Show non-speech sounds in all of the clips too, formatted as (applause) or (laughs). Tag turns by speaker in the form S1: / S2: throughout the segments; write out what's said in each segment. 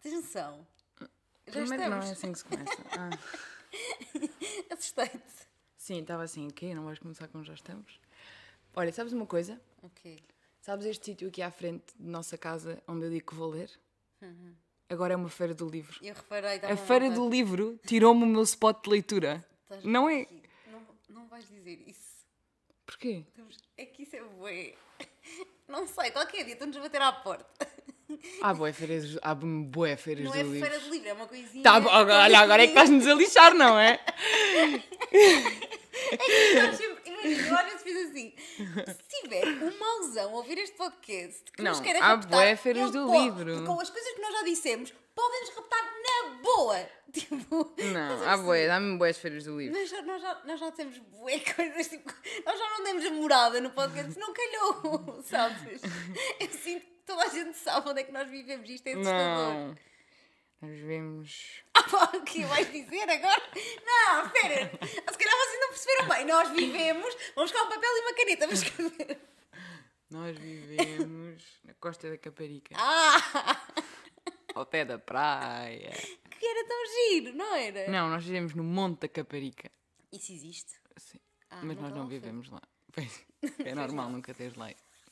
S1: Atenção. Já
S2: Primeiro não é
S1: estamos.
S2: assim que
S1: (laughs)
S2: se começa. Ah,
S1: Assustei-te.
S2: sim, estava assim, o quê? Não vais começar com já estamos? Olha, sabes uma coisa?
S1: Ok.
S2: Sabes este sítio aqui à frente de nossa casa onde eu digo que vou ler?
S1: Uhum.
S2: Agora é uma feira do livro.
S1: Eu reparei. tá estava
S2: A feira
S1: vontade.
S2: do livro tirou-me o meu spot de leitura.
S1: Estás
S2: Não é?
S1: tá aqui. Não, não vais dizer isso.
S2: Porquê?
S1: Temos- É que isso é bué. (laughs) Não sei, qualquer dia estão-nos a bater à porta.
S2: Há boé feiras, há boé feiras
S1: Não
S2: do
S1: é
S2: livro.
S1: feira de livro, é uma coisinha.
S2: Tá, bom, agora- olha, agora é que estás-nos a lixar,
S1: (laughs)
S2: não é?
S1: Estás sempre- Imagina, eu às vezes fiz assim. Se tiver um mauzão a ouvir este podcast que nos
S2: Não,
S1: queira
S2: há
S1: raptar,
S2: bué feiras
S1: ele
S2: do
S1: pode,
S2: livro.
S1: porque Com as coisas que nós já dissemos, podem-nos raptar na boa. (laughs) Tipo, estás
S2: Não,
S1: a
S2: há boé, dá-me boé feiras do livro.
S1: Mas já- nós já, nós já temos bué (laughs) coisas, tipo, nós já não demos a morada no podcast, não calhou, (laughs) sabes? Eu sinto que toda a gente sabe onde é que nós vivemos, isto é assustador. (laughs)
S2: Não. Nós vemos.
S1: Ah, pá, o que vais dizer agora? Não, espera, se calhar vocês não perceberam bem, nós vivemos, vamos buscar um papel e uma caneta, vamos escrever. (laughs)
S2: Nós vivemos na costa da Caparica,
S1: Ah,
S2: ao pé da praia.
S1: que era tão giro, não era?
S2: É. Não, nós vivemos no Monte da Caparica.
S1: Isso existe?
S2: Sim.
S1: Ah,
S2: Mas
S1: nunca
S2: nós não
S1: lá fui. (laughs)
S2: vivemos lá. Pois, é normal nunca teres lá.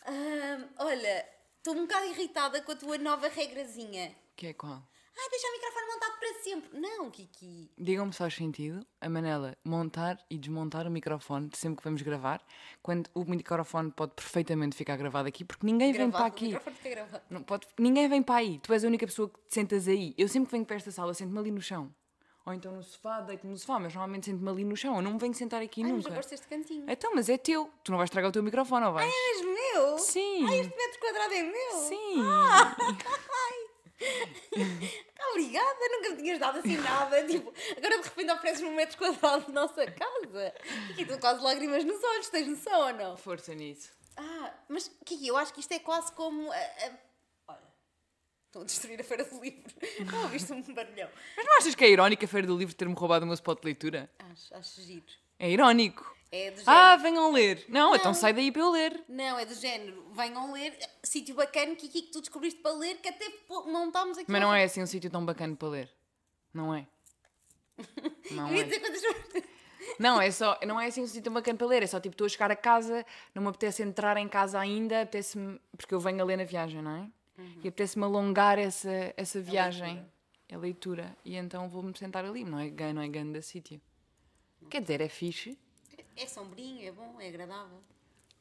S1: Ahm, olha, estou um bocado irritada com a tua nova regrazinha.
S2: Que é qual?
S1: Ai, deixa o microfone montado para sempre. Não, Kiki.
S2: Digam-me se faz sentido a Manela montar e desmontar o microfone sempre que vamos gravar, quando o microfone pode perfeitamente ficar gravado aqui, porque ninguém vem para
S1: Gravado, O
S2: aqui.
S1: microfone fica gravado.
S2: Não pode, ninguém vem para aí. Tu és a única pessoa que te sentas aí. Eu sempre que venho para esta sala, sento-me ali no chão. Ou então no sofá, deito-me no sofá, mas normalmente sento-me ali no chão. Eu não me venho sentar aqui
S1: Ai,
S2: nunca.
S1: mas eu gosto deste cantinho.
S2: Então, mas é teu. Tu não vais estragar o teu microfone, ou vais?
S1: És meu?
S2: Sim.
S1: Ai, este metro quadrado é meu?
S2: Sim.
S1: Ah, Obrigada, nunca me tinhas dado assim (laughs) nada. tipo, agora de repente ofereces-me um metro quadrado de nossa casa. Kiki, estou quase lágrimas nos olhos, tens noção ou não?
S2: Força nisso.
S1: Ah, mas Kiki, eu acho que isto é quase como. a- a- Olha, estão a destruir a feira do (laughs) livro. Não ouviste um barulhão?
S2: Mas não achas que é irónico a Feira do Livro ter-me roubado o meu spot de leitura?
S1: Acho, acho giro.
S2: É irónico.
S1: É do género.
S2: Ah, venham ler. Não,
S1: Não.
S2: então sai daí para eu ler.
S1: Não, é do género. Venham ler. Sítio bacana, Kiki, que tu descobriste para ler, que até pô- montámos aqui.
S2: Mas não
S1: uma-
S2: é assim um sítio tão bacana para ler. Não (laughs) é? Não
S1: Eu ia
S2: é.
S1: dizer quantas vezes.
S2: Não, é só, não é assim um sítio bacana para ler, é só tipo, estou a chegar a casa, não me apetece entrar em casa ainda, apetece-me, porque eu venho a ler na viagem, não é? E apetece-me alongar essa, essa viagem, a leitura. e então vou-me sentar ali, não é, gan- não é grande sítio. Quer dizer, é fixe,
S1: É sombrinho, é bom, é agradável.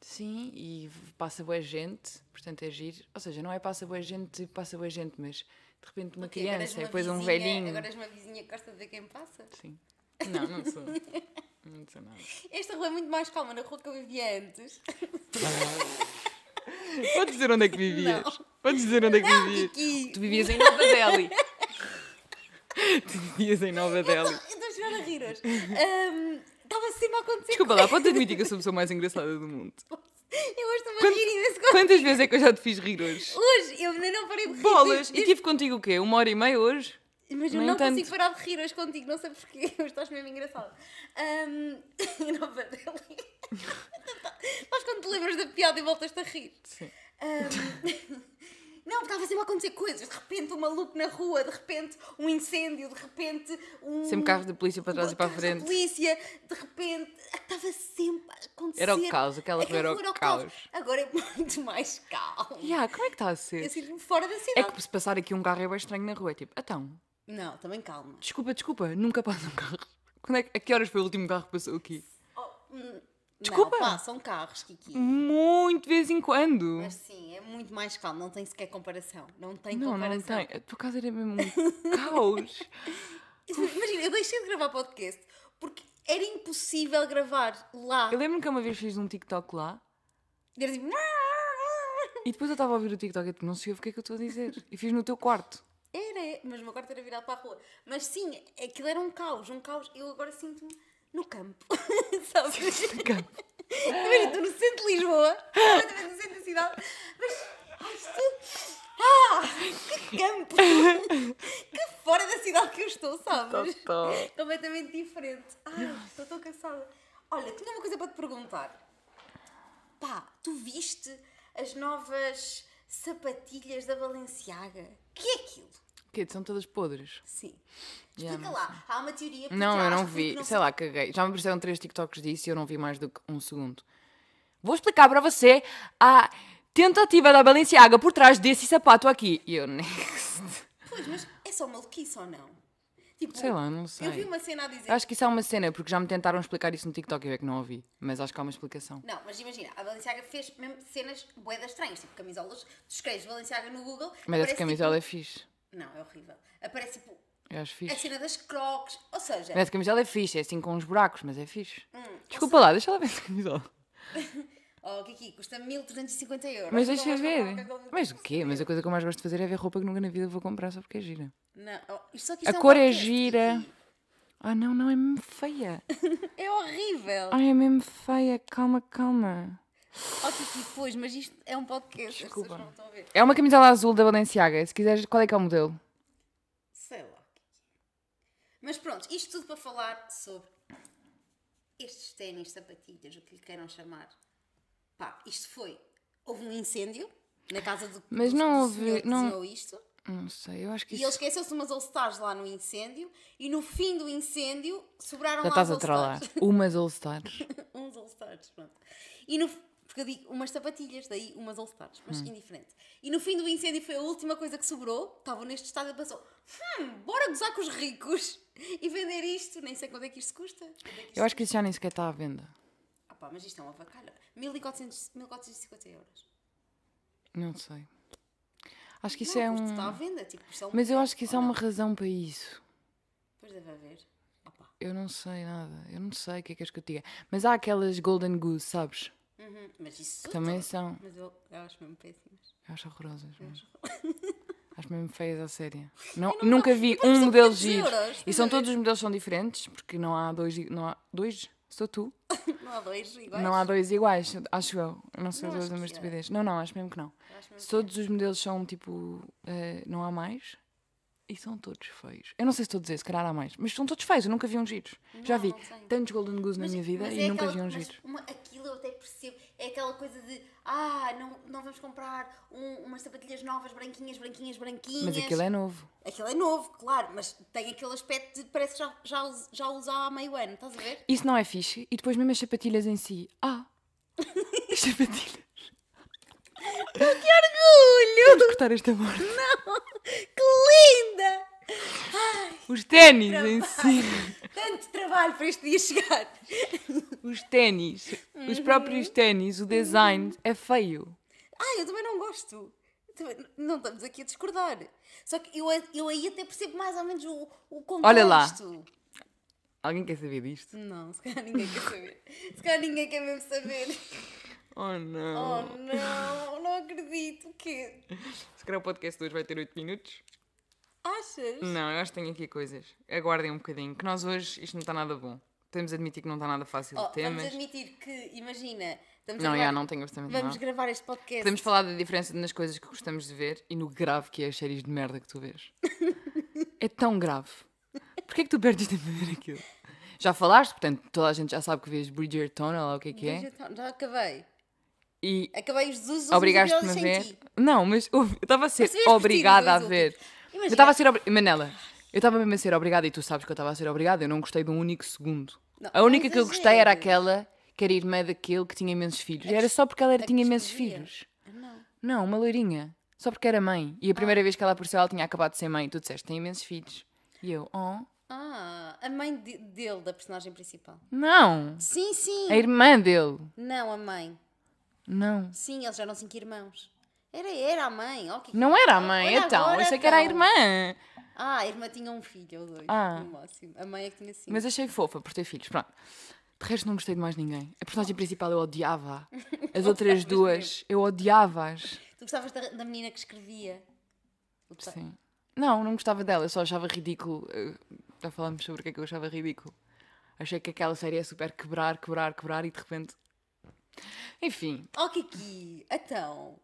S2: sim, e passa boa gente, portanto é giro, ou seja, não é passa boa gente, passa boa gente, mas de repente uma
S1: Ok, agora és
S2: criança, e
S1: uma
S2: depois um
S1: vizinha-
S2: velhinho,
S1: Agora és uma vizinha que gosta de ver quem passa.
S2: sim. Não, não sou, não
S1: (laughs)
S2: sou nada.
S1: Esta rua é muito mais calma na rua que eu vivia (laughs) antes.
S2: Podes dizer onde é que vivias?
S1: Não.
S2: Podes dizer onde é que
S1: Não, tipo,
S2: vivias?
S1: Kiki!
S2: Tu vivias em Nova Delhi. (laughs) tu vivias em Nova
S1: Eu
S2: Delhi.
S1: (laughs) estou a chorar a rir hoje. Ahm, Estava sempre a acontecer.
S2: Desculpa lá, podes admitir que eu sou a pessoa mais engraçada do mundo.
S1: Eu hoje estou a
S2: Quanto-
S1: rir imenso.
S2: Quantas vezes é que eu já te fiz rir hoje?
S1: Hoje eu ainda não parei de rir.
S2: Bolas!
S1: desde-
S2: E tive contigo o quê? Uma hora e meia hoje?
S1: Mas eu
S2: No
S1: não
S2: entanto-
S1: consigo parar de rir hoje contigo, não sei porquê, (laughs) hoje estás mesmo engraçado. Ahm, (laughs) em Nova Delhi.
S2: (laughs)
S1: Mas quando te lembras da piada e voltas-te a rir.
S2: Sim.
S1: Ahm, (laughs) não, porque estava sempre a acontecer coisas. De repente um maluco na rua, de repente um incêndio, de repente um.
S2: Sempre carros de polícia para trás e para a
S1: carros da
S2: frente.
S1: polícia, de repente. ah, Estava sempre a acontecer.
S2: Era o caos, aquela
S1: É
S2: rua era o
S1: rua
S2: caos.
S1: Agora é (laughs) muito mais calmo.
S2: Ya, como é que está a
S1: Eu
S2: ser?
S1: sinto-me fora da
S2: É
S1: cidade.
S2: que se passar aqui um carro é bem estranho na rua. É tipo, então,
S1: Não, também calma.
S2: desculpa, desculpa, nunca passa um carro. (laughs) Quando é que, a que horas foi o último carro que passou aqui?
S1: Oh, hum,
S2: Desculpa. Hum.
S1: Não, pá, são carros, Kiki.
S2: Muito de vez em quando.
S1: Mas sim, é muito mais calmo, não tem sequer comparação. Não tem
S2: Não, não
S1: comparação.
S2: tem. A tua casa era mesmo um caos.
S1: (laughs) Imagina, eu deixei de gravar podcast porque era impossível gravar lá.
S2: Eu lembro-me que uma vez fiz um TikTok lá
S1: Era tipo. (laughs)
S2: e depois eu estava a ouvir o TikTok e tipo, não sei o que é que eu estou a dizer. E fiz no
S1: (laughs)
S2: teu quarto.
S1: Era, mas o meu quarto era virado para a rua. Mas sim, aquilo era um caos, um caos. Eu agora sinto-me no campo. (laughs) Sabes? Também estou no centro de Lisboa, completamente no centro da cidade, mas. ai, isto- Ah! Que campo! Que fora da cidade que eu estou, sabes?
S2: Totó.
S1: Completamente diferente. Ai, estou tão cansada. Olha, tinha uma coisa para te perguntar. Pá, tu viste as novas sapatilhas da Balenciaga? Que é aquilo?
S2: O quê? São todas podres.
S1: Sim.
S2: Yeah,
S1: Explica lá. Há uma teoria porque
S2: Não,
S1: há
S2: eu não
S1: estudo que
S2: vi.
S1: não
S2: Sei lá, caguei. Já me apareceram três TikToks disso e eu não vi mais do que um segundo. Vou explicar para você a tentativa da Balenciaga por trás desse sapato aqui. E eu, next.
S1: Pois, mas é só maluquice ou não? Tipo,
S2: (laughs) Sei lá, não sei.
S1: Eu vi uma cena a dizer.
S2: Acho que isso é uma cena, porque já me tentaram explicar isso no TikTok e eu é que não ouvi. Mas acho que há uma explicação.
S1: Não, mas imagina, a Balenciaga fez mesmo cenas boedas estranhas, tipo camisolas. Tu escreves Balenciaga no Google.
S2: Mas
S1: aparece,
S2: essa camisola é fixe.
S1: Tipo... Não, é horrível. Aparece tipo
S2: Eu acho
S1: a
S2: fixe.
S1: cena das crocs. Ou seja,
S2: Mas essa camisola é fixe, é assim com uns buracos, mas é fixe.
S1: hum,
S2: Desculpa lá, deixa lá ver essa camisola.
S1: oh Kiki, custa 1350 euros.
S2: Mas
S1: Não
S2: deixa
S1: vais comprar qualquer
S2: ver.
S1: coisa. tipo
S2: Mas o quê? Mas a coisa que eu mais gosto de fazer é ver roupa que nunca na vida vou comprar só porque é gira.
S1: Não, oh, isto só que
S2: A
S1: isto é um
S2: cor é
S1: podcast,
S2: gira.
S1: Kiki.
S2: Ah não, não, é mesmo feia.
S1: É horrível.
S2: Ai, é mesmo feia. Calma, calma.
S1: Oh Kiki, pois, mas isto é um podcast. as pessoas
S2: Desculpa.
S1: não estão a ver.
S2: É uma camisola azul da Balenciaga. Se quiseres, qual é que é o modelo?
S1: Sei lá. é Mas pronto, isto tudo para falar sobre estes ténis, sapatilhas, o que lhe queiram chamar. Pá, isto foi. Houve um incêndio na casa do
S2: Mas
S1: do-
S2: não
S1: do
S2: houve-
S1: senhor que
S2: não-
S1: desenhou isto.
S2: Não sei, eu acho que
S1: E
S2: isso...
S1: ele esqueceu-se de umas All-Stars lá no incêndio e no fim do incêndio sobraram
S2: Já
S1: lá
S2: estás
S1: as
S2: a trollar.
S1: All-Stars.
S2: (laughs) Umas All-Stars.
S1: Uns All-Stars, pronto. E no, porque eu digo umas sapatilhas, daí umas All-Stars, mas
S2: Hum.
S1: indiferente. E no fim do incêndio foi a última coisa que sobrou, estavam neste estado e pensou: hum, bora gozar com os ricos e vender isto, nem sei quanto é que isto custa. Quanto é que isto-
S2: Eu acho que isso já nem sequer está à venda.
S1: Ah pá, mas isto é uma vacalha. 1400 1450 euros.
S2: Não sei. Acho que isso
S1: Não,
S2: é
S1: custo
S2: um...
S1: está à venda, tipo, isto é um.
S2: Mas eu acho que isso há
S1: Ou
S2: uma
S1: não?
S2: razão para isso.
S1: Pois deve haver. Ah pá.
S2: Eu não sei nada. Eu não sei o que é que és que eu te diga. Mas há aquelas Golden Goose, sabes?
S1: Uhum, Mas isso.
S2: Que também são.
S1: Mas eu, eu acho mesmo péssimas. (laughs)
S2: Eu acho horrorosas. mas- Acho mesmo feias à séria. Não, nunca vi um modelo
S1: quantos
S2: giro.
S1: euros,
S2: E
S1: estás a
S2: são
S1: ver?
S2: todos os modelos são diferentes, porque não há dois. i- Não há dois? Sou tu?
S1: Não há dois iguais.
S2: Não há dois iguais, acho eu. Eu Não sei
S1: Não, acho
S2: se eu
S1: que
S2: uma
S1: sim.
S2: estupidez. Não, não, acho mesmo que não.
S1: Eu acho mesmo é.
S2: Se Todos os modelos são tipo. eh, não há mais. E são todos feios. Eu não sei se estou a dizer, se calhar há mais. Mas são todos feios, eu nunca vi uns giros. Já
S1: Não,
S2: vi
S1: não sei.
S2: tantos Golden Goose
S1: Mas-
S2: na minha vida
S1: mas
S2: e
S1: é
S2: nunca
S1: aquela-
S2: vi um uns
S1: mas
S2: giros.
S1: uma- aquilo eu até percebo. É aquela coisa de ah, não, não vamos comprar um- umas sapatilhas novas, branquinhas, branquinhas, branquinhas.
S2: Mas aquilo é novo.
S1: Aquilo é novo, claro, mas tem aquele aspecto de parece que já, já, us- já usar há meio ano, estás a ver?
S2: Isso não é fixe. E depois mesmo as sapatilhas em si.
S1: (laughs)
S2: Ah! As sapatilhas.
S1: Que orgulho!
S2: Vamos cortar esta parte.
S1: Não! Que linda!
S2: Os ténis em si.
S1: Tanto trabalho para este dia chegar.
S2: Os ténis.
S1: Uhum.
S2: Os próprios ténis, o design é feio.
S1: Ah, eu também não gosto. Também- não estamos aqui a discordar. Só que eu, eu aí até percebo mais ou menos o, o contexto.
S2: Olha lá. Alguém quer saber disto?
S1: Não, se calhar ninguém quer saber. Se calhar ninguém quer mesmo saber.
S2: Oh não.
S1: Oh não, não acredito. O quê?
S2: Se calhar o podcast de hoje vai ter 8 minutos.
S1: Achas?
S2: Não, eu acho que tenho aqui coisas. Aguardem um bocadinho, que nós hoje isto não está nada bom. Podemos admitir que não está nada fácil
S1: Oh,
S2: de temas.
S1: vamos admitir que, imagina, estamos a
S2: Não,
S1: gravar,
S2: já não tenho absolutamente
S1: vamos
S2: nada.
S1: gravar este podcast.
S2: Podemos falar da diferença nas coisas que gostamos de ver e no grave que é as séries de merda que
S1: (laughs)
S2: tu vês. é tão grave. Porquê é que tu perdes tempo a ver aquilo? Já falaste, portanto, toda a gente já sabe que vês Bridgerton, ou lá o que é que é.
S1: Já, já acabei.
S2: E
S1: Acabei os Jesus
S2: obrigaste-me a ver. Não, mas ouve, eu estava a ser
S1: Percebeste que
S2: obrigada a
S1: tive dois
S2: ver. Eu
S1: Imagina.
S2: estava a ser. obri- Manela, eu estava mesmo a ser obrigada e tu sabes que eu estava a ser obrigada. Eu não gostei de um único segundo.
S1: Não,
S2: a única
S1: não
S2: que eu gostei era
S1: exageres.
S2: aquela que era irmã daquele que tinha imensos filhos. Era só porque ela era-
S1: a
S2: tinha
S1: que
S2: imensos
S1: escrevia.
S2: filhos.
S1: Não.
S2: Não, uma loirinha. Só porque era mãe.
S1: Ah.
S2: E a primeira vez que ela apareceu, ela tinha acabado de ser mãe. Tu disseste, tem imensos filhos. E eu, oh,
S1: Ah, a mãe de- dele, da personagem principal.
S2: não.
S1: Sim, sim.
S2: A irmã dele.
S1: Não, a mãe.
S2: Não.
S1: Sim, eles eram cinco irmãos. Era, era a mãe. ó, que-
S2: Não era a mãe,
S1: Olha
S2: então.
S1: agora,
S2: eu sei que era a
S1: então.
S2: irmã.
S1: Ah, a irmã tinha um filho ou dois,
S2: Ah.
S1: no máximo. A mãe é que tinha cinco.
S2: Mas achei fofa por ter filhos. Pronto. De resto, não gostei de mais ninguém. A personagem principal eu odiava. As outras duas eu odiava-as.
S1: Tu gostavas da, da menina que escrevia? Opa,
S2: Sim. Não, não gostava dela. Eu só achava ridículo. eh, Já falamos sobre o que é que eu achava ridículo. Achei que aquela série é super quebrar, quebrar, quebrar e de repente. Enfim.
S1: Oh, Kiki, então.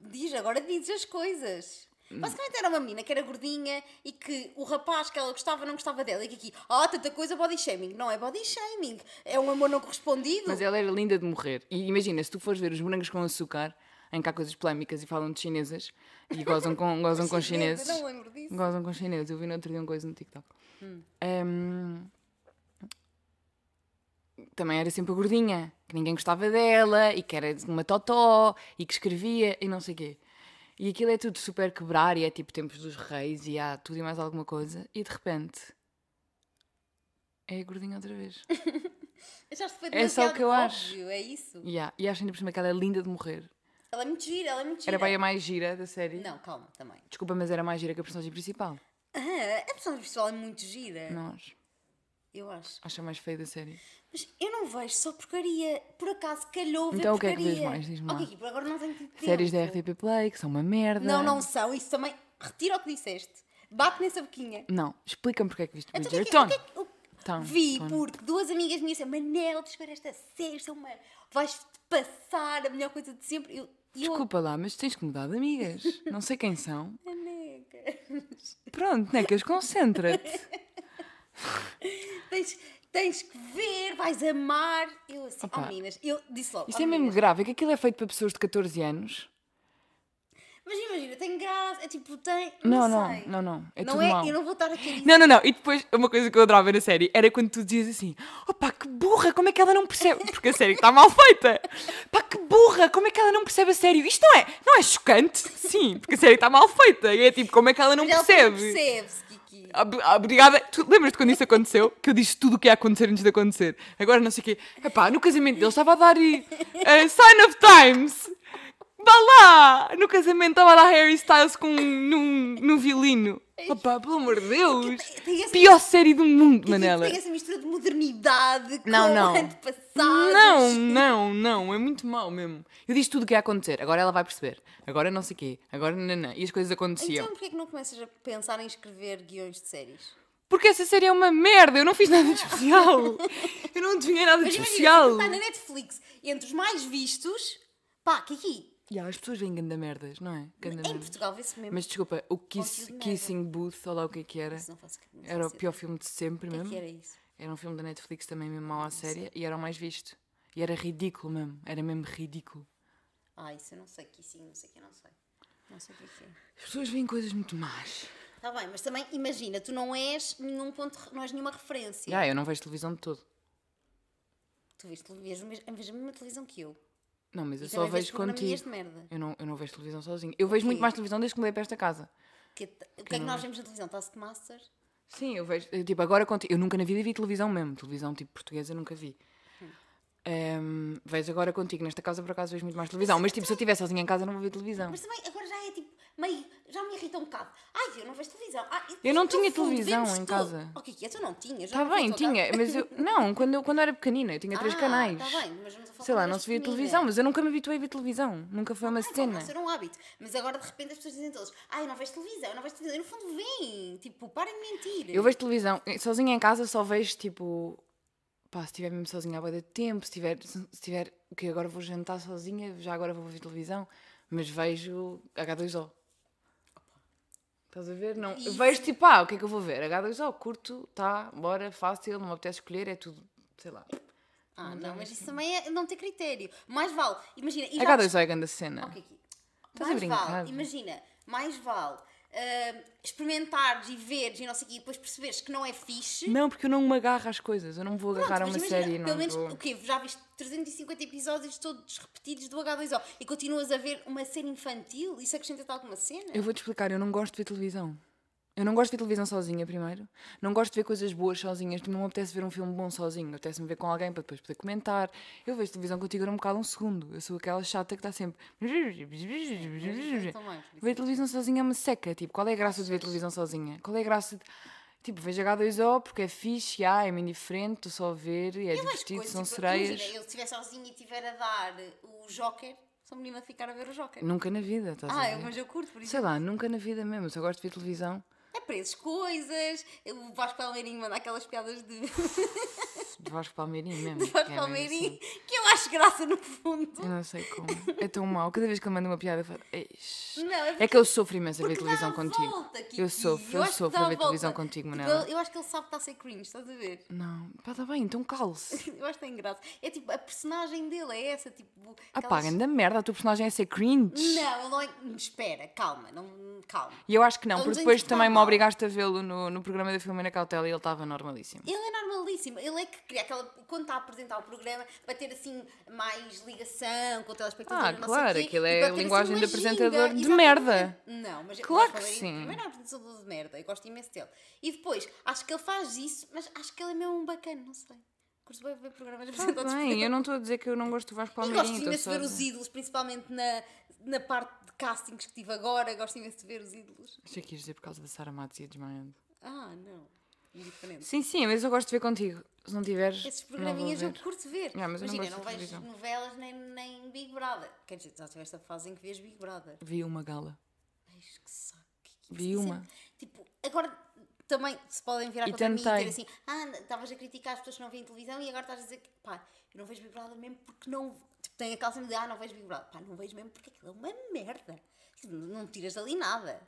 S1: Diz, agora dizes as coisas.
S2: Hum.
S1: Basicamente era uma menina que era gordinha e que o rapaz que ela gostava não gostava dela. E Kiki, ah, tanta coisa body shaming. Não é body shaming, é um amor não correspondido.
S2: Mas ela era linda de morrer. E imagina, se tu fores ver os morangos com açúcar, em que há coisas polémicas e falam de chinesas e gozam com, gozam com chineses.
S1: Não lembro disso.
S2: Gozam com chineses. Eu vi no outro dia um coisa no TikTok.
S1: Hum.
S2: Ahm, também era sempre a gordinha, que ninguém gostava dela e que era uma totó e que escrevia e não sei o quê. E aquilo é tudo super quebrar e é tipo tempos dos reis e há tudo e mais alguma coisa. E de repente é a gordinha
S1: (laughs)
S2: outra vez.
S1: Achaste que foi
S2: É só o
S1: demasiado
S2: que eu acho.
S1: óbvio, é isso?
S2: Yeah. E acho ainda por cima que ela é linda de morrer.
S1: Ela é muito gira, ela é muito gira.
S2: Era bem a mais gira da série.
S1: Não, calma, também.
S2: Desculpa, mas era mais gira que a personagem principal.
S1: Ah, a personagem pessoal é muito gira,
S2: Não acho.
S1: eu acho.
S2: Acho a mais feia da série.
S1: Mas eu não vejo só porcaria. Por acaso calhou ver
S2: Então o que é que
S1: porcaria.
S2: vês mais? Diz-me lá.
S1: Ok, por agora não tenho tido tempo.
S2: Séries da RTP Play, que são uma merda.
S1: é Não, não são. Isso também. Retira o que disseste. Bate nessa boquinha.
S2: Não, explica-me porque é que viste
S1: Então, o que é que- o
S2: Bridger.
S1: que é
S2: Tony.
S1: que- o-
S2: Tom,
S1: Vi
S2: Tom.
S1: porque duas amigas minhas disseram: Manel, descobre esta série, isso é uma... vais-te passar a melhor coisa de sempre. Eu, e eu
S2: Desculpa lá, mas tens que mudar de amigas. Não sei quem são.
S1: Manecas.
S2: Pronto, é
S1: (laughs)
S2: Necas, concentra-te.
S1: Tens, tens que ver, vais amar. Eu assim, oh
S2: Opa.
S1: meninas, eu disse logo.
S2: Isto
S1: "Oh,
S2: é mesmo
S1: meninas."
S2: grave, é que aquilo é feito para pessoas de 14 anos.
S1: Mas imagina, tem graça, é tipo, tem.
S2: Não,
S1: Não,
S2: não,
S1: sei.
S2: não, não. É
S1: não
S2: tudo
S1: é?
S2: mau.
S1: Eu não vou estar aqui a dizer.
S2: Não, não, não. E depois, uma coisa que eu adorava na série era quando tu dizias assim: opá, que burra, como é que ela não percebe? (laughs) Porque a série está mal feita. Pá, que burra, como é que ela não percebe a série? Isto não é, não é chocante? Sim, porque a série está mal feita. E é tipo, como é que ela não
S1: Mas ela
S2: percebe?
S1: Percebe-se, Kiki.
S2: Ob- Obrigada. Tu lembras-te quando isso aconteceu? Que eu disse tudo o que ia acontecer antes de acontecer. Agora não sei o quê. Epá, no casamento dele estava a dar e, eh, Sign of Times. Vá lá! No casamento estava a dar Harry Styles com, um, num, num violino. Opá, pelo amor de Deus!
S1: Tem essa-
S2: Pior série do mundo,
S1: Kiki,
S2: Manela.
S1: Tem essa mistura de modernidade
S2: Não,
S1: com
S2: não.
S1: antepassados.
S2: Não, não, não, é muito mau mesmo. Eu disse tudo o que ia acontecer, agora ela vai perceber. Agora não sei o quê, agora nanã. E as coisas aconteciam.
S1: Então porquê é que não começas a pensar em escrever guiões de séries?
S2: Porque essa série é uma merda, eu não fiz nada de especial. Eu não adivinhei nada de
S1: Mas imagina,
S2: especial.
S1: se está na Netflix entre os mais vistos, pá, Kiki,
S2: E há, as pessoas veem ganda merdas, não é?
S1: em
S2: Ganda merda.
S1: Portugal vê-se mesmo.
S2: Mas desculpa, o Kiss-
S1: Conteúdo de merda.
S2: Kissing Booth, olha lá o que é que era.
S1: Isso não faço- não
S2: Era o
S1: faço
S2: pior filme de sempre
S1: ideia. O é que
S2: mesmo.
S1: é que era isso?
S2: Era um filme da Netflix também mesmo mal à série e era o mais visto. E era ridículo mesmo, era mesmo ridículo.
S1: Ah, isso eu não sei, que sim, não sei que eu não sei. Não sei o que é que é.
S2: As pessoas veem coisas muito más.
S1: Está bem, mas também imagina, tu não és nenhum ponto, não és nenhuma referência.
S2: Ah, eu não vejo televisão de todo.
S1: Tu vês, televisão, vês, vês a mesma televisão que eu.
S2: Não, mas eu
S1: E
S2: só
S1: também vês
S2: vejo
S1: programinhas
S2: contigo.
S1: de merda.
S2: Eu não, eu não vejo televisão sozinho. Eu vejo muito
S1: quê?
S2: mais televisão desde que mudei para esta casa.
S1: Que, t- o que é que nós vemos na televisão? Taskmaster?
S2: Sim, eu vejo. eu, tipo, agora contigo. Eu nunca na vida vi televisão mesmo. Televisão tipo portuguesa eu nunca vi. Ahm, vejo agora contigo. Nesta casa, por acaso, vejo muito mais televisão. Mas tipo, se eu estiver sozinha em casa, não vou ver televisão.
S1: Mas também agora já é tipo meio. Já me irrita um bocado. Ai, eu não vejo televisão. Ai, e
S2: Eu não
S1: no
S2: tinha
S1: fundo
S2: televisão
S1: vemos
S2: em
S1: tudo.
S2: casa.
S1: Ok, que tu não tinhas. já
S2: Está
S1: não foi
S2: Tá bem,
S1: a tua
S2: tinha.
S1: casa.
S2: Mas eu. Não, quando eu, quando eu era pequenina, eu tinha três
S1: Ah,
S2: canais.
S1: Está bem, mas vamos a falar
S2: Sei lá,
S1: quando
S2: não
S1: eras
S2: se via
S1: pequenina.
S2: televisão. Mas eu nunca me habituei a ver televisão. Nunca foi uma
S1: Ah, pode
S2: cena.
S1: não ser um hábito. Mas agora de repente as pessoas dizem todos: Ai, não vejo televisão, não vejo televisão. E no fundo vêm. Tipo, parem de mentir.
S2: Eu vejo televisão, eh, sozinha em casa só vejo tipo. Pá, se estiver mesmo sozinha há bué de tempo, se tiver. Se se tiver o que agora vou jantar sozinha, já agora vou ver televisão, mas vejo H2O. Estás a ver? Não.
S1: Isso.
S2: Vejo tipo, ah, o que é que eu vou ver? H2O, curto, tá, bora, fácil, não me apetece escolher, é tudo, sei lá.
S1: Ah, não, mas isso também é não ter critério. Mais vale, imagina. Ir ao-
S2: H2O é grande cena.
S1: Ok, aqui.
S2: Estás a
S1: mais
S2: brincar?
S1: vale, imagina, mais vale ah, experimentares e veres e não sei o quê, e depois perceberes que não é fixe.
S2: Não, porque eu não me agarro às coisas, eu não vou
S1: Pronto,
S2: agarrar a
S1: mas
S2: uma
S1: imagina,
S2: série, não
S1: Pelo menos,
S2: vou.
S1: o quê? Já viste 350 episódios todos repetidos do H2O e continuas a ver uma série infantil? Isso acrescenta-te alguma cena?
S2: Eu vou te explicar, eu não gosto de ver televisão. Eu não gosto de ver televisão sozinha, primeiro. Não gosto de ver coisas boas sozinhas. Não me apetece ver um filme bom sozinho. Apetece-me ver com alguém para depois poder comentar. Eu vejo televisão contigo era um bocado um segundo. Eu sou aquela chata que está sempre.
S1: também, por isso
S2: Ver televisão sozinha é uma seca. Tipo, qual é a graça de ver televisão sozinha? Qual é a graça de. Tipo, vejo H2O porque é fixe, ah, é-me indiferente, estou só a ver, é
S1: Eu acho
S2: divertido,
S1: coisas,
S2: são
S1: tipo,
S2: sereias.
S1: Imagina, eu estiver sozinha e estiver a dar o Joker, sou menina a ficar a ver o Joker.
S2: Nunca na vida, estás
S1: Ah,
S2: a
S1: eu,
S2: ver?
S1: mas eu curto, por isso.
S2: é. Sei lá, nunca na vida mesmo. Eu só gosto de ver televisão.
S1: (laughs) É preço coisas, o Vasco Palmeirinho manda aquelas piadas de.
S2: De Vasco Palmeirinho
S1: de
S2: mesmo.
S1: Vasco
S2: que é mesmo
S1: Palmeirinho,
S2: assim.
S1: que eu acho graça no fundo.
S2: Eu não sei como. É tão mau. Cada vez que ele manda uma piada, eu falo. "Eish."
S1: Não, é
S2: É que eu sofro imenso a ver
S1: porque dá
S2: televisão
S1: a
S2: contigo.
S1: volta, Kiki.
S2: eu sofro,
S1: acho
S2: eu
S1: que
S2: sofro
S1: dá
S2: a ver televisão
S1: volta.
S2: contigo,
S1: Tipo,
S2: Manela.
S1: ele- Eu acho que ele sabe que está a ser cringe, estás a ver?
S2: Não, pá, tá bem,
S1: (laughs)
S2: então cale-se.
S1: Eu acho que tem graça. É tipo, a personagem dele é essa, tipo. aquelas-
S2: Apaga-me da merda, a tua personagem é ser cringe.
S1: Não, ele não é. Espera, calma, não, calma.
S2: E eu acho que não,
S1: Ele
S2: porque
S1: tem
S2: depois
S1: que
S2: também me
S1: estar mal.
S2: obrigaste a vê-lo no, no programa da Filomena Cautela e ele
S1: (laughs)
S2: estava normalíssimo.
S1: Ele é normalíssimo, ele é que cria aquela. Quando está a apresentar o programa, para ter assim mais ligação com o telespectador.
S2: Ah,
S1: não sei
S2: claro,
S1: quê,
S2: aquilo
S1: e
S2: é
S1: para
S2: a
S1: ter, assim,
S2: linguagem
S1: uma
S2: de apresentador
S1: ginga,
S2: de
S1: exatamente.
S2: merda.
S1: Não, mas
S2: Claro que
S1: mas,
S2: sim.
S1: Primeiro é um apresentador de merda, eu gosto imenso dele. E depois, acho que ele faz isso, mas acho que ele é mesmo um bacana, não sei. Curto bem ver programas de
S2: Está
S1: apresentadores
S2: Tá bem, eu não estou a dizer que eu não gosto do
S1: E
S2: Vasco Palmeirinho.
S1: gosto
S2: estou
S1: imenso de
S2: só a
S1: ver os
S2: dizer.
S1: ídolos, principalmente na, na parte de castings que tive agora. Gosto imenso de ver os ídolos.
S2: Achei que ias dizer por causa da Sara Matos e a desmaiando.
S1: Ah, não. Indiferente.
S2: Sim, sim, mas eu gosto de ver contigo. Se não tiveres.
S1: Esses
S2: não vou
S1: programinhas eu
S2: ver.
S1: curto ver.
S2: Ah, mas eu não
S1: Imagina,
S2: gosto
S1: não,
S2: de
S1: vejo
S2: televisão.
S1: novelas nem, nem Big Brother. Quer dizer, já tiveste a fase em que vês Big Brother.
S2: Vi uma gala.
S1: Mas que saco. que- que-
S2: Vi
S1: isso é-
S2: uma.
S1: Tipo, agora também se podem virar
S2: E
S1: contra mim e dizer
S2: tentei.
S1: assim: ah, n- estavas a criticar as pessoas que não veem televisão e agora estás a dizer que, pá, eu não vejo Big Brother mesmo porque não. Tipo, tem a calça de, ah, não vejo Big Brother. Pá, não vejo mesmo porque aquilo é uma merda. Tipo, Não tiras dali nada.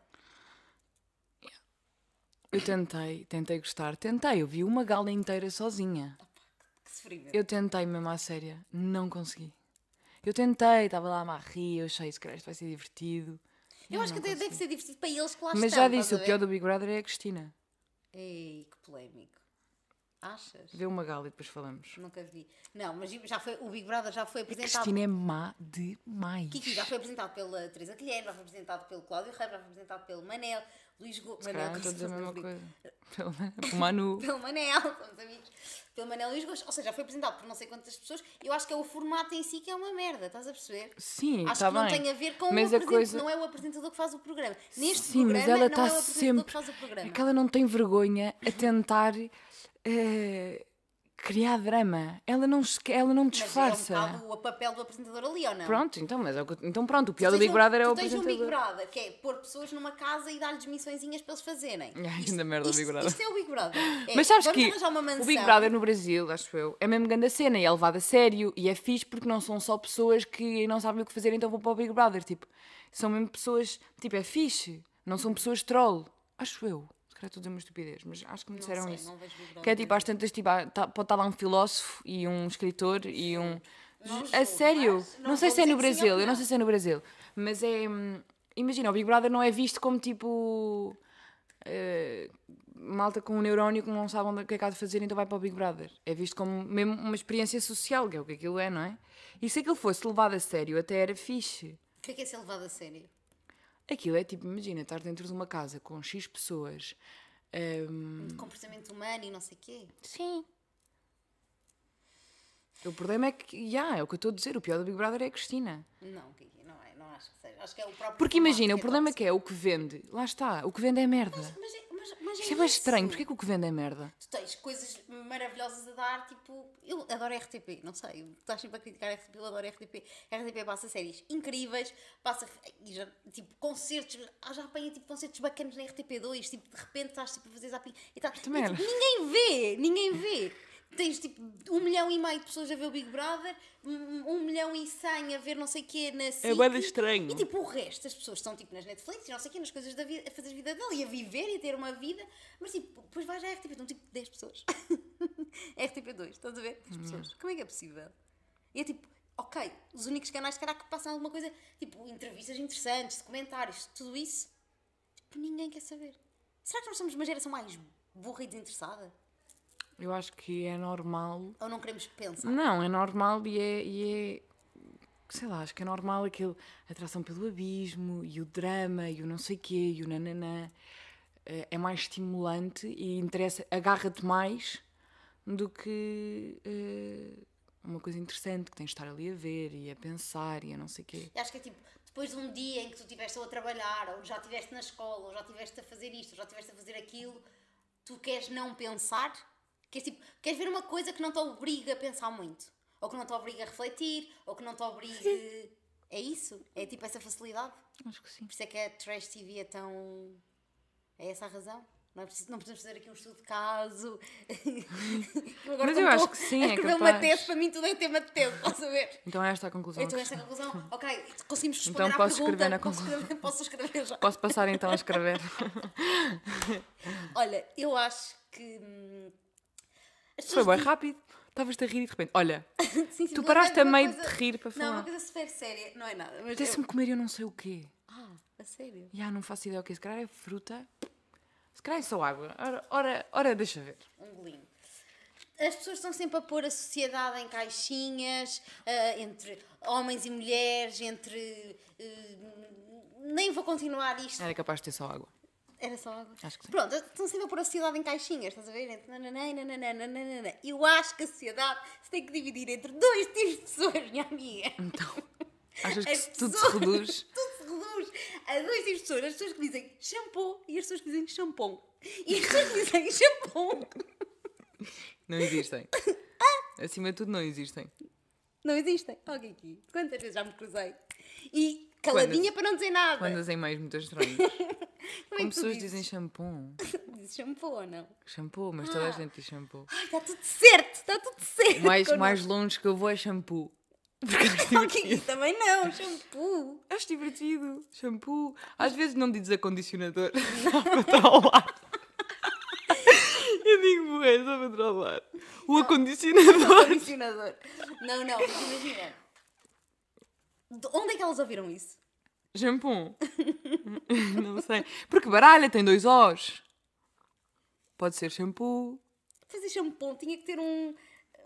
S2: Eu tentei, tentei gostar, tentei. Eu vi uma gala inteira sozinha.
S1: Que sofrimento.
S2: Eu tentei mesmo à séria, não consegui. Eu tentei, estava lá a marri, eu achei isso, creio, isto vai ser divertido.
S1: Eu, acho que até deve ser divertido para eles que lá
S2: Mas
S1: estão.
S2: já
S1: estás
S2: disse,
S1: a
S2: o pior
S1: ver?
S2: do Big Brother é a Cristina.
S1: Ei, que polémico. Achas?
S2: Vê uma gala e depois falamos.
S1: Nunca vi. Não, mas já foi, o Big Brother já foi
S2: A
S1: apresentado.
S2: Cristina é má demais.
S1: Kiki já foi apresentado pela Teresa Guilherme, já foi apresentado pelo Cláudio Ramos, já foi apresentado pelo Manel, Luís Gomes.
S2: Se calhar estou a dizer a mesma
S1: Manel,
S2: coisa. Pelo menos,
S1: (laughs)
S2: o Manu.
S1: pelo Manel, somos amigos. Pelo Manel Luís Gomes. Ou seja, já foi apresentado por não sei quantas pessoas. Eu acho que é o formato em si que é uma merda, estás a perceber?
S2: Sim,
S1: Acho
S2: está
S1: que não
S2: bem.
S1: tem a ver com o
S2: Mas a
S1: apresentador,
S2: coisa-
S1: não é o apresentador que faz o programa. Neste
S2: Sim,
S1: programa
S2: mas ela
S1: não
S2: está
S1: é o apresentador
S2: sempre.
S1: que faz o programa.
S2: É que ela não tem vergonha a tentar eh, criar drama. Ela não, esque- ela não
S1: Mas
S2: disfarça.
S1: é um bocado o papel do apresentador ali, ou não?
S2: Pronto, então, mas é o que- então pronto, o
S1: Tu
S2: pior do
S1: tens
S2: Big
S1: um-
S2: Brother é o
S1: tu tens um Big
S2: apresentador.
S1: Brother, que é pôr pessoas numa casa e dar-lhes missõezinhas para eles fazerem.
S2: Ai, (laughs) ainda merda o
S1: isto,
S2: Big Brother.
S1: Isto é o Big Brother. É,
S2: Mas sabes
S1: vamos
S2: que
S1: arranjar uma mansão.
S2: o Big Brother no Brasil, acho eu, é mesmo grande a cena e é levado a sério e é fixe porque não são só pessoas que não sabem o que fazer então vão para o Big Brother. Tipo, são mesmo pessoas, tipo, é fixe, não são pessoas troll. Acho eu. Se calhar estou a dizer uma estupidez, mas acho que me disseram
S1: sei,
S2: isso.
S1: não vejo Big Brother
S2: que é tipo, às tantas, tipo, há- tá- pode estar lá um filósofo e um escritor e um.
S1: Não
S2: a
S1: julgo,
S2: sério?
S1: mas
S2: Não,
S1: não vou
S2: sei se
S1: dizer
S2: é
S1: que
S2: no
S1: sim ou
S2: Brasil,
S1: que
S2: eu não
S1: não.
S2: sei se é no Brasil, mas é. hum, Imagina, o Big Brother não é visto como tipo eh, malta com um neurónio que não sabe onde- o que é que há de fazer, então vai para o Big Brother. É visto como mesmo uma experiência social, que é o que aquilo é, não é? E se aquilo fosse levado a sério, até era fixe.
S1: O que é que é ser levado a sério?
S2: Aquilo é tipo, imagina, estar dentro de uma casa com X pessoas. hum,
S1: De comportamento humano e não sei o quê.
S2: Sim. O problema é que, já, é o que eu estou a dizer, o pior do Big Brother é a Cristina.
S1: Não, Kiki, não é. Não acho que seja. Acho que é o próprio.
S2: Porque
S1: formato
S2: imagina, o problema é
S1: tóxico.
S2: que é o que vende, lá está, o que vende é merda.
S1: Mas, é- mas, mas é
S2: Isto é bem
S1: isso.
S2: estranho, porque é que o que vende é merda?
S1: Tu tens coisas maravilhosas a dar, tipo. Eu adoro RTP, não sei. tu Estás sempre a criticar RTP, eu adoro RTP. RTP passa séries incríveis, passa. e já, tipo, concertos. ah, Já apanha tipo, concertos bacanas na RTP2. Tipo, de repente estás tipo, a fazer zapping. E tá,
S2: também
S1: e, tipo, ninguém vê, ninguém vê. Tens tipo um milhão e meio de pessoas a ver o Big Brother, um um milhão e cem a ver não sei o quê na SIC.
S2: É bué de estranho.
S1: E tipo o resto, as pessoas estão tipo nas Netflix e não sei o quê, nas coisas da vida, a fazer a vida dela e a viver e a ter uma vida. Mas tipo, depois vais à RTP, estão tipo 10 pessoas. (laughs) RTP2, estás a ver? 10
S2: Uhum.
S1: pessoas. Como é que é possível? E é tipo, ok, os únicos canais, se calhar, que passam alguma coisa, tipo entrevistas interessantes, documentários, tudo isso, tipo, ninguém quer saber. Será que nós somos uma geração mais burra e desinteressada?
S2: Eu acho que é normal
S1: Ou não queremos pensar?
S2: Não, é normal e é, e é- Sei lá, acho que é normal aquele atração pelo abismo e o drama e o não sei quê e o nananã. Eh, É mais estimulante e interessa, agarra-te mais do que eh, uma coisa interessante que tens de estar ali a ver e a pensar e a não sei quê.
S1: Eu acho que é tipo, depois de um dia em que tu estiveste ou a trabalhar, ou já estiveste na escola, ou já estiveste a fazer isto, ou já estiveste a fazer aquilo, tu queres não pensar? Queres, tipo, queres ver uma coisa que não te obriga a pensar muito? Ou que não te obriga a refletir? Ou que não te
S2: (laughs)
S1: obriga. É isso? É tipo essa facilidade?
S2: Acho que sim.
S1: Por isso é que a Trash TV é tão. É essa a razão? Não, é preciso, não precisamos fazer aqui um estudo de caso. (laughs) Eu agora
S2: Mas
S1: como
S2: eu acho
S1: estou um
S2: que sim, é
S1: a fazer uma
S2: capaz.
S1: tese, para mim tudo é tema de tese, (laughs) posso ver?
S2: Então é esta a conclusão.
S1: Eu estou a
S2: que
S1: esta
S2: está. (laughs)
S1: conclusão. Ok, conseguimos responder
S2: Então
S1: à
S2: posso
S1: pergunta.
S2: escrever na
S1: posso,
S2: conclusão.
S1: escrever, posso escrever já.
S2: Posso passar então a escrever.
S1: Olha, eu acho que. hum, as
S2: Foi
S1: pessoas
S2: bem rápido. Estavas-te a rir e de repente. Olha,
S1: dizem- Sim, sim,
S2: Tu
S1: de
S2: paraste a
S1: repente uma
S2: meio de rir para
S1: Não, uma
S2: falar.
S1: coisa super séria, não é nada. Mas eu-
S2: apetece-me comer eu não sei o quê.
S1: Ah, a sério?
S2: Já não faço ideia o que é. Se calhar é fruta. Se calhar é só água. Ora, ora, ora deixa ver.
S1: um bolinho. As pessoas estão sempre a pôr a sociedade em caixinhas, ah, entre homens e mulheres, entre. ah, nem vou continuar isto.
S2: Era capaz de ter só água.
S1: Era só água.
S2: Acho que sim.
S1: Pronto, estão sempre a pôr a sociedade em caixinhas, estás a ver? Entre nananã e nananã, nananã. Eu acho que a sociedade se tem que dividir entre dois tipos de pessoas, minha amiga.
S2: Então, (laughs) Achas que
S1: As
S2: se tudo se
S1: pessoas-
S2: reduz?
S1: (laughs) tudo se reduz a dois tipos de pessoas. As pessoas que dizem shampoo e as pessoas que dizem shampoo. E as pessoas que dizem (laughs) shampoo
S2: Não existem. Acima de tudo, não existem.
S1: não existem. Olha aqui. Quantas vezes já me cruzei? E caladinha para não dizer nada.
S2: Quando as e-mails (laughs) muito estranhas.
S1: Como é
S2: Como
S1: que tu
S2: pessoas
S1: dizes?
S2: dizem shampoo.
S1: Dizes shampoo ou não?
S2: Shampoo, mas toda a
S1: Ah.
S2: gente diz shampoo.
S1: Ai, está tudo certo, está tudo certo.
S2: O mais,
S1: connosco. (laughs)
S2: mais longe que eu vou é shampoo. Porque acho
S1: Olha
S2: divertido.
S1: aqui, também não, shampoo.
S2: Acho É divertido. Shampoo. Às vezes não dizes acondicionador. (laughs) Só para trollar. Eu digo bué, só para trollar. O acondicionador.
S1: Condicionador. Não, não, mas imagina. De onde é que elas ouviram isso?
S2: (laughs) Shampoo. (laughs) Não sei. Porque baralha tem dois O's. Pode ser shampoo.
S1: Fazer shampoo tinha que ter um.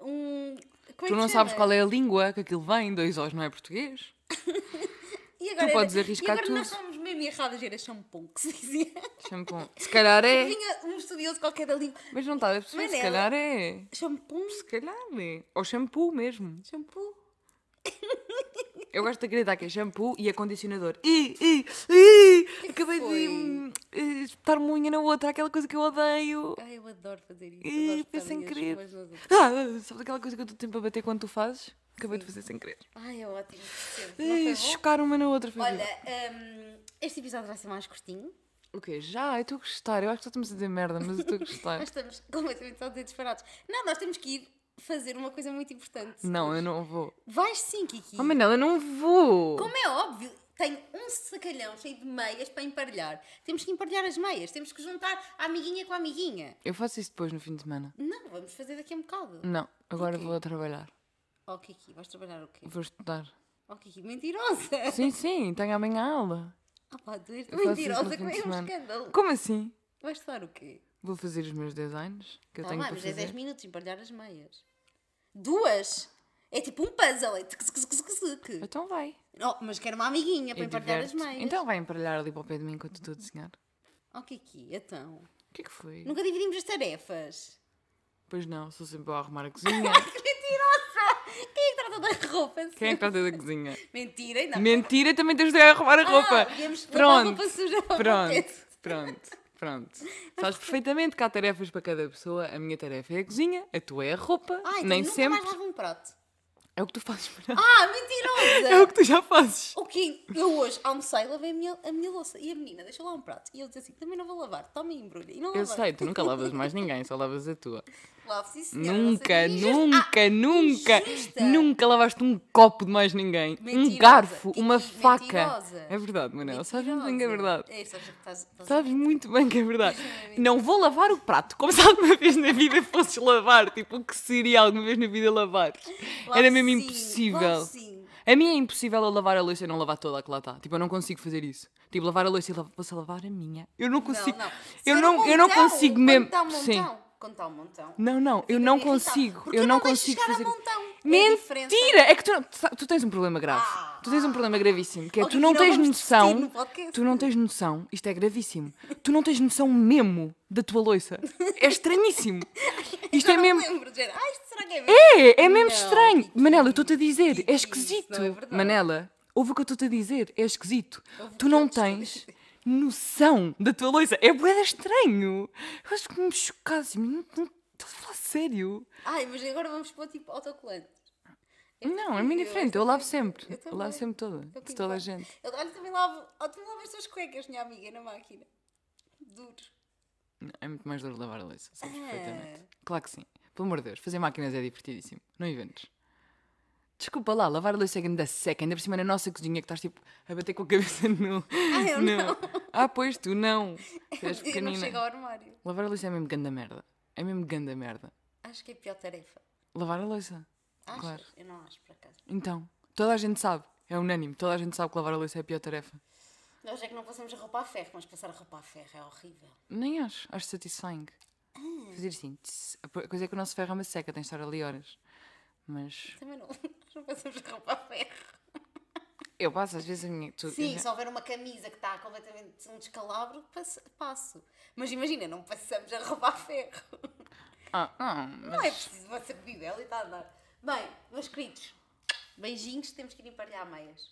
S1: um como é
S2: Tu não sabes qual é a língua que aquilo vem. Dois O's não é português.
S1: E agora
S2: é- podes
S1: era-
S2: arriscar
S1: e agora nós
S2: tudo.
S1: estávamos mesmo erradas, era shampoo que se dizia.
S2: Shampoo. Se calhar é.
S1: (laughs) Vinha um estudioso qualquer da língua.
S2: Mas não está a perceber. Se
S1: Manela.
S2: calhar é.
S1: Shampoo?
S2: Se calhar é. Ou shampoo mesmo.
S1: Shampoo?
S2: Eu gosto de acreditar que é shampoo e acondicionador. Ih, ih, ih, acabei
S1: foi? É.
S2: de hum, eh, espetar uma unha na outra, aquela coisa que eu odeio.
S1: Ai, eu adoro fazer isso.
S2: Ih,
S1: adoro
S2: foi
S1: espetar
S2: sem
S1: unhas
S2: querer.
S1: umas nas outras.
S2: Ah, sabes aquela coisa que eu estou tempo a bater quando tu fazes? Acabei de fazer sem querer.
S1: Ai, é ótimo. percebo. Não
S2: Ih,
S1: foi bom?
S2: chocar uma na outra. Foi horrível.
S1: Olha, hum, este episódio vai ser mais curtinho.
S2: O quê? Já? Eu estou a gostar. Eu acho que só estamos a dizer merda, mas eu estou a
S1: (laughs)
S2: gostar.
S1: Nós estamos completamente só a dizer disparados. Não, nós temos que ir fazer uma coisa muito importante.
S2: não, eu não vou.
S1: Vais sim, Kiki.
S2: Oh, Manela, eu não vou.
S1: Como é óbvio, tenho um sacalhão cheio de meias para emparelhar. Temos que emparelhar as meias, temos que juntar a amiguinha com a amiguinha.
S2: Eu faço isso depois, no fim de semana.
S1: Não, vamos fazer daqui a um bocado.
S2: Não, agora
S1: quê?
S2: vou a trabalhar.
S1: Oh, Kiki, vais trabalhar o quê?
S2: Vou estudar.
S1: Oh, Kiki, mentirosa!
S2: (laughs) Sim, sim, tenho amanhã aula.
S1: Ah pá, tu és
S2: Eu faço isso
S1: mentirosa,
S2: no fim
S1: como
S2: de
S1: é um
S2: semana.
S1: escândalo.
S2: Como assim?
S1: Vais estudar o quê?
S2: Vou fazer os meus designs que eu
S1: Tá
S2: tenho
S1: bem,
S2: para
S1: mas é 10
S2: fazer.
S1: minutos emparelhar as meias. Duas? É tipo um puzzle. É tsk, tsk, tsk, tsk, tsk.
S2: Então vai.
S1: Oh, mas quero uma amiguinha para
S2: E
S1: emparelhar as
S2: diverte-te.
S1: meias.
S2: Então vai emparelhar ali para o pé de mim enquanto eu estou a desenhar.
S1: Oh, Kiki, então.
S2: O que é que foi?
S1: Nunca dividimos as tarefas.
S2: Pois não, sou sempre eu a
S1: (laughs)
S2: arrumar a cozinha.
S1: Que mentirosa! Quem é que trata da roupa? assim?
S2: Quem é que trata da cozinha?
S1: Mentira, ainda.
S2: Mentira, também te ajudei a arrumar a roupa.
S1: Tá Ah, viemos lavar a
S2: pronto,
S1: roupa suja ao
S2: pronto,
S1: tapete.
S2: pronto,
S1: (laughs)
S2: pronto. Sabes perfeitamente que há tarefas para cada pessoa. A minha tarefa é a cozinha, a tua é a roupa.
S1: Ah, então
S2: Nem
S1: nunca
S2: sempre.
S1: mais lava um prato.
S2: É o que tu fazes. Manuel.
S1: Ah,
S2: (laughs) É o
S1: mentirosa!
S2: que tu já fazes.
S1: O que eu hoje almocei, lavei a minha, a minha louça e a menina deixou lá um prato. E eu disse assim: também não vou lavar, toma e embrulha. E não
S2: Eu
S1: lavei.
S2: sei, tu nunca lavas mais ninguém, só lavas a tua.
S1: Lavo, sim, senhora,
S2: Nunca,
S1: você- Injusta-
S2: nunca,
S1: Ah,
S2: nunca,
S1: injusta.
S2: nunca lavaste um copo de mais ninguém.
S1: Mentirosa,
S2: um garfo,
S1: Kiki,
S2: uma faca.
S1: mentirosa.
S2: É verdade, Manel. Sabes muito bem que é
S1: Mentirosa.
S2: verdade.
S1: É, sabes que estás- estás-
S2: Sabes muito bem que é verdade. Não vou lavar o prato, como se alguma vez na vida fosses lavar. Tipo, o que seria alguma vez na vida lavar?
S1: Claro
S2: Era
S1: que
S2: mesmo
S1: sim, claro
S2: impossível.
S1: que sim.
S2: A mim é impossível eu lavar a louça e não lavar toda a que lá está. Tipo, eu não consigo fazer isso. Tipo, lavar a louça e lavar, posso lavar a minha. Eu não consigo.
S1: Não, não. Se
S2: Eu,
S1: for
S2: não,
S1: um
S2: eu não
S1: montão,
S2: consigo
S1: quando
S2: mesmo.
S1: Está um montão,
S2: Sim.
S1: Quando está um montão.
S2: Não, não, eu
S1: Fica-me
S2: não
S1: irritado.
S2: consigo.
S1: Porque
S2: Eu
S1: eu
S2: não,
S1: não deixo
S2: consigo
S1: chegar a
S2: fazer. isso.
S1: montão. É a diferença.
S2: Mentira! É que tu, não- tu sa- tu tens um problema grave.
S1: Ah.
S2: tu tens um problema gravíssimo, que é
S1: Oh,
S2: tu não
S1: Kiki, não assim.
S2: tens
S1: vamos discutir
S2: noção.
S1: no podcast.
S2: Tu não tens noção, isto é gravíssimo. Tu não tens noção mesmo da tua loiça.
S1: (laughs)
S2: É estranhíssimo. Isto é
S1: Não
S2: mesmo.
S1: lembro, de género. Ai, isto será que é mesmo?
S2: É, é mesmo
S1: Não,
S2: estranho.
S1: Kiki,
S2: Manela, eu estou-te a
S1: Kiki,
S2: dizer, é
S1: isso
S2: esquisito.
S1: não é verdade.
S2: Manela, ouve o que eu estou-te a dizer, é esquisito.
S1: Ouve o
S2: tu
S1: que eu
S2: não
S1: estou a
S2: tens noção da tua loiça. É bué de estranho. Eu acho que me chocasse. Não, não, estou a falar sério.
S1: Ai, mas agora vamos pôr tipo autocolante.
S2: Não, é muito
S1: eu-
S2: diferente.
S1: eu
S2: Eu lavo
S1: também-
S2: sempre.
S1: eu
S2: Eu, lavo
S1: também.
S2: sempre toda.
S1: Eu
S2: De
S1: tenho
S2: toda a
S1: vários.
S2: gente.
S1: Eu, olha, também lavo, oh, também lavo as tuas cuecas, minha amiga, na máquina. Duro.
S2: Não, é muito mais duro lavar a louça,
S1: É.
S2: sabes perfeitamente. Claro que sim. Pelo amor de Deus, fazer máquinas é divertidíssimo. Não inventes. Desculpa lá, lavar a louça é ainda seca, ainda por cima na nossa cozinha que estás tipo a bater com a cabeça (laughs) no.
S1: Ah, eu
S2: no-
S1: não.
S2: Ah, pois tu não. Tu és
S1: (laughs) Eu não
S2: pequenina.
S1: chego ao armário.
S2: Lavar a louça é mesmo ganda merda. É mesmo ganda merda.
S1: Acho que é a pior tarefa.
S2: Lavar a louça.
S1: Achas?
S2: Claro.
S1: Eu não acho, por acaso.
S2: Então, toda a gente sabe. É unânime. Toda a gente sabe que lavar a louça é a pior tarefa.
S1: Nós é que não passamos a roupa a ferro, mas passar a roupa a ferro é horrível.
S2: Nem acho. Acho satisfying.
S1: Ah.
S2: Fazer assim. tss. A po- a coisa é que o nosso ferro é uma seca, tem de estar ali horas. Mas
S1: Também não. (laughs) Nós não passamos a roupa a ferro.
S2: eu passo às vezes a minha. tu-
S1: Sim,
S2: eu-
S1: se houver uma camisa que está completamente um descalabro, passo. passo. Mas imagina, não passamos a roupa a ferro.
S2: Ah, não,
S1: Não
S2: mas
S1: é preciso você bebida, ela está a andar. tá, Bem, meus queridos, beijinhos, temos que ir emparelhar meias.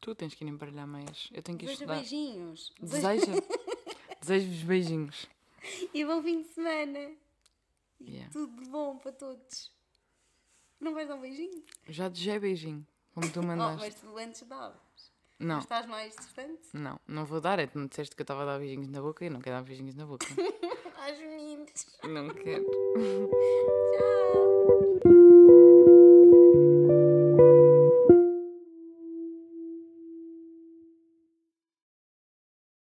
S1: tu
S2: tu tens que ir embaralhar meias. Eu tenho que ir
S1: Deseja
S2: estudar.
S1: beijinhos.
S2: Deseja.
S1: (laughs)
S2: Desejo-vos beijinhos.
S1: E bom fim de semana.
S2: Yeah.
S1: Tudo de bom para todos. Não vais dar um beijinho?
S2: Já desejei beijinho, como
S1: (laughs)
S2: tu
S1: Oh,
S2: mandaste.
S1: mas tu antes davas.
S2: Não,
S1: Estás mais distante?
S2: não, não vou dar. É que me disseste que eu estava
S1: (laughs)
S2: a dar beijinhos na boca e eu não quero dar beijinhos na boca.
S1: Às meninas.
S2: não quero.